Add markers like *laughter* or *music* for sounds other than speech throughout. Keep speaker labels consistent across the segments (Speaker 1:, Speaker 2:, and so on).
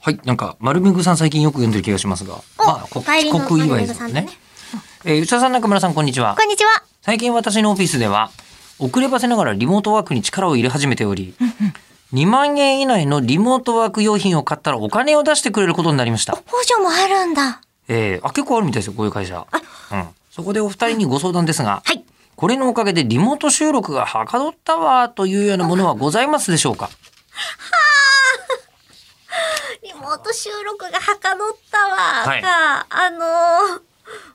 Speaker 1: はい、なんか、丸めぐさん最近よく読んでる気がしますが、まあ、こ
Speaker 2: お帰りの
Speaker 1: 帰国祝いですもんね
Speaker 2: 丸め。
Speaker 1: えー、内田さん、中村さん、こんにちは
Speaker 2: こ。んにちは。
Speaker 1: 最近私のオフィスでは、遅ればせながらリモートワークに力を入れ始めており、2万円以内のリモートワーク用品を買ったらお金を出してくれることになりました。
Speaker 2: 補助もあるんだ。
Speaker 1: えー、あ、結構あるみたいですよ、こういう会社。うん。そこでお二人にご相談ですが、
Speaker 2: はい。
Speaker 1: これのおかげでリモート収録がはかどったわというようなものはございますでしょうか
Speaker 2: リモート収録がはかどったわ。
Speaker 1: はい
Speaker 2: が、あのー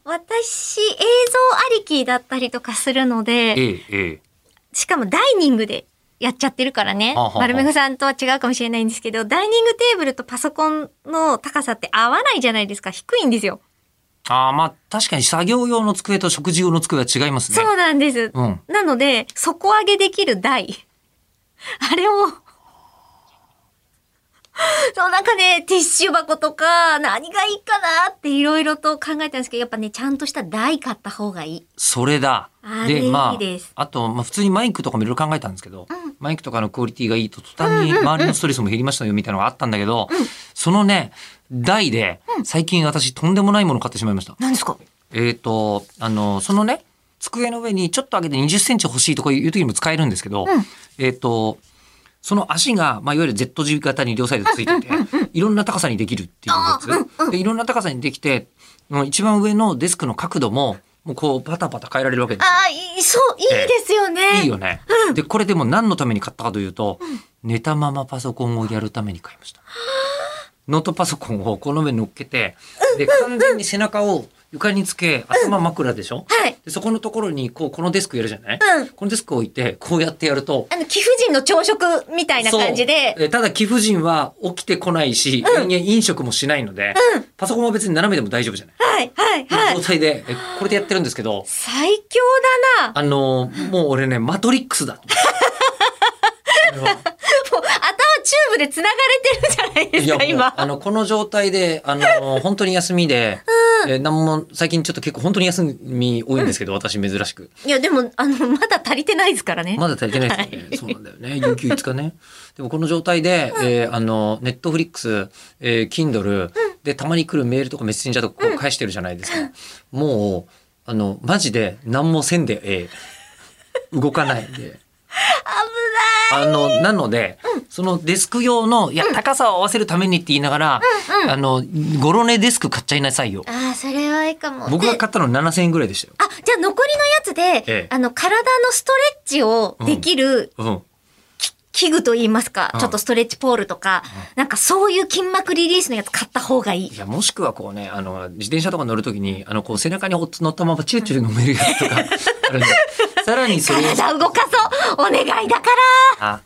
Speaker 2: 私、映像ありきだったりとかするので、
Speaker 1: ええ、え
Speaker 2: しかもダイニングでやっちゃってるからね
Speaker 1: はあはあは。あ
Speaker 2: 丸めぐさんとは違うかもしれないんですけど、ダイニングテーブルとパソコンの高さって合わないじゃないですか。低いんですよ。
Speaker 1: ああ、まあ、確かに作業用の机と食事用の机は違いますね。
Speaker 2: そうなんです。
Speaker 1: うん
Speaker 2: なので、底上げできる台。 *laughs* あれを、そう、なんかね、ティッシュ箱とか、何がいいかなっていろいろと考えたんですけど、やっぱね、ちゃんとした台買った方がいい。
Speaker 1: それだ。
Speaker 2: あれ
Speaker 1: ま
Speaker 2: いいです
Speaker 1: あ、あと、まあ、普通にマイクとかもいろいろ考えたんですけど、マイクとかのクオリティがいいと途端に周りのストレスも減りましたよみたいなのがあったんだけど、そのね、台で、最近私とんでもないものを買ってしまいました。
Speaker 2: 何ですか
Speaker 1: えっ、と、あの、そのね、机の上にちょっと上げて20センチ欲しいとかいう時にも使えるんですけど、えっ、と、その足が、まあ、いわゆる Z 字型に両サイドついてて、いろんな高さにできるっていうやつ、で。いろんな高さにできて、もう一番上のデスクの角度も、もうこうパタパタ変えられるわけですよ。
Speaker 2: ああ、いい、そう、いいですよね。
Speaker 1: いいよね。で、これでも何のために買ったかというと、寝たままパソコンをやるために買いました。ノートパソコンをこの上に乗っけて、で、完全に背中を床につけ、頭枕でしょ、
Speaker 2: はい。
Speaker 1: でそこのところに、こう、このデスクやるじゃない、
Speaker 2: うん
Speaker 1: このデスクを置いて、こうやってやると、
Speaker 2: あの、貴婦人の朝食みたいな感じで
Speaker 1: そ、うえただ、貴婦人は起きてこないし、人間飲食もしないので、パソコンは別に斜めでも大丈夫じゃない、
Speaker 2: はい、はい、は
Speaker 1: 状
Speaker 2: い。
Speaker 1: 態で、えこれでやってるんですけど、
Speaker 2: 最強だな。
Speaker 1: あのーもう俺ね、マトリックスだと思って。
Speaker 2: もう、頭チューブで繋がれてるじゃ *laughs* ないで
Speaker 1: い
Speaker 2: す
Speaker 1: や
Speaker 2: か、
Speaker 1: もう
Speaker 2: 今。
Speaker 1: あの、この状態で、あの、本当に休みで、えー、なんも、最近ちょっと結構本当に休み多いんですけど、私珍しく。
Speaker 2: いや、でも、あの、まだ足りてないですからね。
Speaker 1: まだ足りてないですよね。そうなんだよね。有給5日ね。でもこの状態で、えーあの、ネットフリックス、えー、Kindle、で、たまに来るメールとかメッセンジャーとかこう返してるじゃないですか。もう、あの、マジで何もせんで、えー動かない *laughs* んで。あの、なので、そのデスク用の、いや、高さを合わせるためにって言いながら、あの、ゴロネデスク買っちゃいなさいよ。
Speaker 2: ああ、それはいいかも。
Speaker 1: 僕
Speaker 2: で
Speaker 1: が買ったの7000円ぐらいでしたよ。
Speaker 2: あ、じゃあ残りのやつで、
Speaker 1: ええ
Speaker 2: あの、体のストレッチをできる
Speaker 1: うん。
Speaker 2: 器具といいますか、
Speaker 1: うん
Speaker 2: ちょっとストレッチポールとか、なんかそういう筋膜リリースのやつ買った方がいい。
Speaker 1: いや、もしくはこうね、あの、自転車とか乗るときに、あの、こう背中におっつ乗ったままチューチュー飲めるやつとか、あるんでさらにそれを、
Speaker 2: 体動かそうお願いだから
Speaker 1: あ、